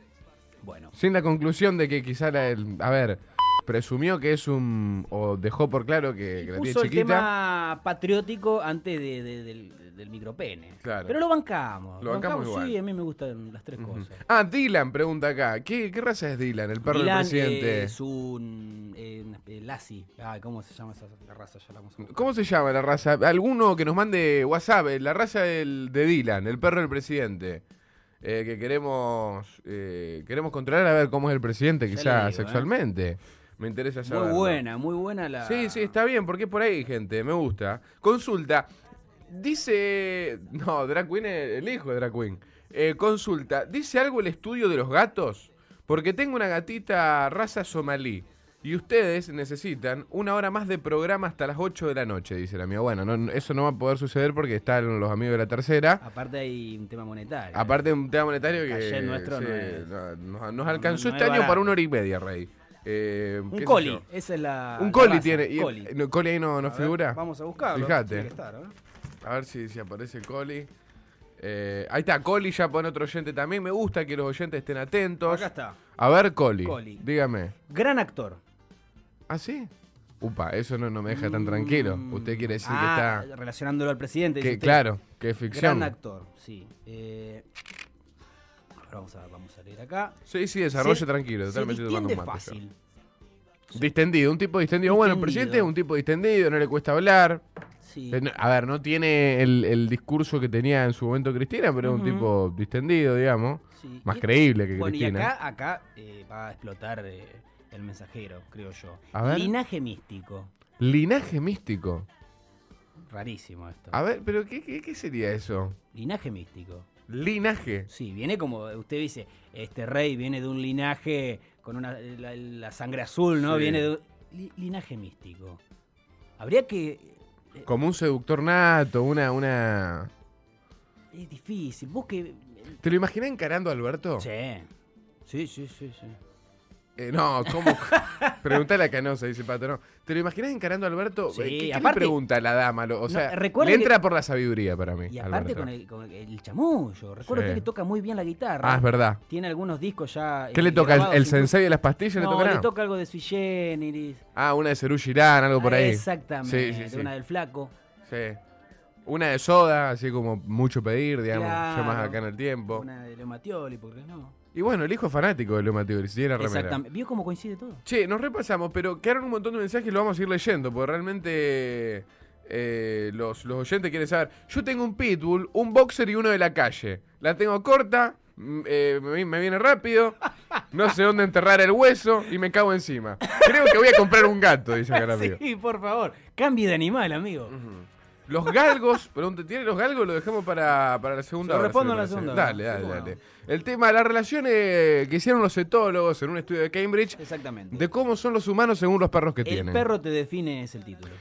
Speaker 1: Bueno,
Speaker 2: Sin la conclusión de que quizá la- el- a ver, presumió que es un o dejó por claro que, que la tiene
Speaker 1: puso el
Speaker 2: chiquita.
Speaker 1: tema patriótico antes de- de- del, del micropene.
Speaker 2: Claro.
Speaker 1: Pero lo bancamos.
Speaker 2: Lo bancamos
Speaker 1: Sí,
Speaker 2: igual.
Speaker 1: a mí me gustan las tres cosas.
Speaker 2: Ah, Dylan pregunta acá, ¿qué, qué raza es Dylan, el perro
Speaker 1: Milán,
Speaker 2: del presidente?
Speaker 1: eh, es un. eh, una- eh, Lassie. Ay, ¿cómo se llama esa raza? Ya la vamos a buscar.
Speaker 2: ¿Cómo se llama la raza? Alguno que nos mande WhatsApp, eh, la raza del- de Dylan, el perro del presidente. Eh, que queremos eh, queremos controlar a ver cómo es el presidente,
Speaker 1: Ya
Speaker 2: quizás
Speaker 1: le digo, ¿eh?
Speaker 2: sexualmente. Me interesa saber.
Speaker 1: Muy buena, muy buena la.
Speaker 2: Sí, sí, está bien, porque por ahí, gente, me gusta. Consulta. Dice. No, Drag Queen es el hijo de Drag Queen. Eh, consulta. ¿Dice algo el estudio de los gatos? Porque tengo una gatita raza somalí. Y ustedes necesitan una hora más de programa hasta las 8 de la noche, dice la mía. Bueno, no- no- eso no va a poder suceder porque están los amigos de la tercera.
Speaker 1: Aparte hay un tema monetario.
Speaker 2: Ah, Aparte de un tema monetario que
Speaker 1: Cayet nuestro no es-
Speaker 2: no- nos, nos alcanzó
Speaker 1: no
Speaker 2: este
Speaker 1: es
Speaker 2: año para
Speaker 1: barato.
Speaker 2: una hora y media, Rey. Eh, qué
Speaker 1: un
Speaker 2: sé
Speaker 1: coli.
Speaker 2: yo.
Speaker 1: Esa es la.
Speaker 2: Un
Speaker 1: la
Speaker 2: coli
Speaker 1: raza,
Speaker 2: tiene. y-
Speaker 1: coli.
Speaker 2: no, coli ahí no, no
Speaker 1: A ver,
Speaker 2: figura.
Speaker 1: vamos a buscarlo. tiene que
Speaker 2: Fíjate.
Speaker 1: estar, ¿eh? a ver.
Speaker 2: A ver si, si aparece el coli. Eh, ahí está, coli ya pone otro oyente también. Me gusta que los oyentes estén atentos.
Speaker 1: Acá está.
Speaker 2: A ver, coli.
Speaker 1: Coli.
Speaker 2: Dígame.
Speaker 1: Gran actor.
Speaker 2: ¿Ah, sí? Upa, eso no, no me deja tan tranquilo.
Speaker 1: Mm.
Speaker 2: Usted quiere decir
Speaker 1: Ah,
Speaker 2: que está.
Speaker 1: Relacionándolo al presidente. dice
Speaker 2: Que,
Speaker 1: usted.
Speaker 2: claro, que es ficción.
Speaker 1: Gran actor, sí. Eh, ahora vamos a, vamos a leer acá.
Speaker 2: Sí, sí, desarrolle
Speaker 1: Se-
Speaker 2: tranquilo.
Speaker 1: se
Speaker 2: totalmente tomando
Speaker 1: distiende
Speaker 2: un mate yo.
Speaker 1: fácil.
Speaker 2: Distendido, un tipo distendido. Bueno, el presidente es
Speaker 1: Distendido.
Speaker 2: un tipo distendido, no le cuesta hablar.
Speaker 1: Sí.
Speaker 2: Eh, no- A ver, no tiene el, el discurso que tenía en su momento Cristina, pero es un
Speaker 1: Ujú.
Speaker 2: tipo distendido, digamos.
Speaker 1: Sí.
Speaker 2: Más
Speaker 1: Y-
Speaker 2: creíble que
Speaker 1: Bueno, y
Speaker 2: Cristina.
Speaker 1: acá, acá eh, va a explotar eh, el mensajero, creo yo.
Speaker 2: A ver.
Speaker 1: Linaje místico.
Speaker 2: Linaje místico.
Speaker 1: Rarísimo esto.
Speaker 2: A ver, pero ¿qué, qué, qué sería eso?
Speaker 1: Linaje místico.
Speaker 2: Linaje.
Speaker 1: Sí, viene como usted dice, este rey viene de un linaje con una, la, la sangre azul, ¿no?
Speaker 2: Sí.
Speaker 1: Viene de un li- linaje místico. Habría que...
Speaker 2: Como un seductor nato, una, una.
Speaker 1: Es difícil, busque...
Speaker 2: ¿Te lo imaginas encarando a Alberto?
Speaker 1: Sí. Sí, sí, sí, sí.
Speaker 2: Eh, no, ¿cómo? Preguntale a Canosa, dice Pato, no. ¿Te lo imaginas encarando a Alberto?
Speaker 1: Sí,
Speaker 2: Eh, ¿Qué, qué le
Speaker 1: aparte- eh,
Speaker 2: pregunta la dama? Lo- o sea,
Speaker 1: recuerde
Speaker 2: le
Speaker 1: que-
Speaker 2: entra por la sabiduría para mí.
Speaker 1: Y aparte
Speaker 2: Alberto.
Speaker 1: con el, con el chamullo. Recuerdo
Speaker 2: Sí.
Speaker 1: usted que toca muy bien la guitarra.
Speaker 2: Ah, es verdad.
Speaker 1: Tiene algunos discos ya...
Speaker 2: ¿Qué
Speaker 1: eh,
Speaker 2: le toca? ¿El,
Speaker 1: grabados,
Speaker 2: el
Speaker 1: incluso-
Speaker 2: sensei de las pastillas le
Speaker 1: No,
Speaker 2: tocará?
Speaker 1: le toca algo de Sui Generis.
Speaker 2: Ah, una de Cerú Girán, algo por
Speaker 1: Ah,
Speaker 2: ahí.
Speaker 1: Exactamente.
Speaker 2: Sí, sí, sí.
Speaker 1: Una del flaco.
Speaker 2: Sí. Una de soda, así como mucho pedir, digamos, ya más
Speaker 1: Claro.
Speaker 2: acá en el tiempo.
Speaker 1: Una de Leo Mattioli, ¿por qué no?
Speaker 2: Y bueno, el hijo es fanático de Leo Mateo, si tiene la remera.
Speaker 1: Exactamente. ¿Vio cómo coincide todo?
Speaker 2: Che, nos repasamos, pero quedaron un montón de mensajes y lo vamos a ir leyendo, porque realmente eh, los, los oyentes quieren saber. Yo tengo un pitbull, un boxer y uno de la calle. La tengo corta, mm, eh, me, vi- me viene rápido, no sé dónde enterrar el hueso y me cago encima. Creo que voy a comprar un gato, dice acá el amigo.
Speaker 1: Sí, por favor. Cambie de animal, amigo.
Speaker 2: Los galgos, pregunta, ¿tiene los galgos? Lo dejamos para, para la segunda
Speaker 1: Se lo
Speaker 2: hora,
Speaker 1: respondo
Speaker 2: si le
Speaker 1: en la
Speaker 2: parece.
Speaker 1: segunda hora.
Speaker 2: Dale, dale,
Speaker 1: Sí,
Speaker 2: dale.
Speaker 1: bueno.
Speaker 2: El tema de las relaciones que hicieron los etólogos en un estudio de Cambridge
Speaker 1: Exactamente.
Speaker 2: de cómo son los humanos según los perros que
Speaker 1: el
Speaker 2: tienen.
Speaker 1: perro te define es el título.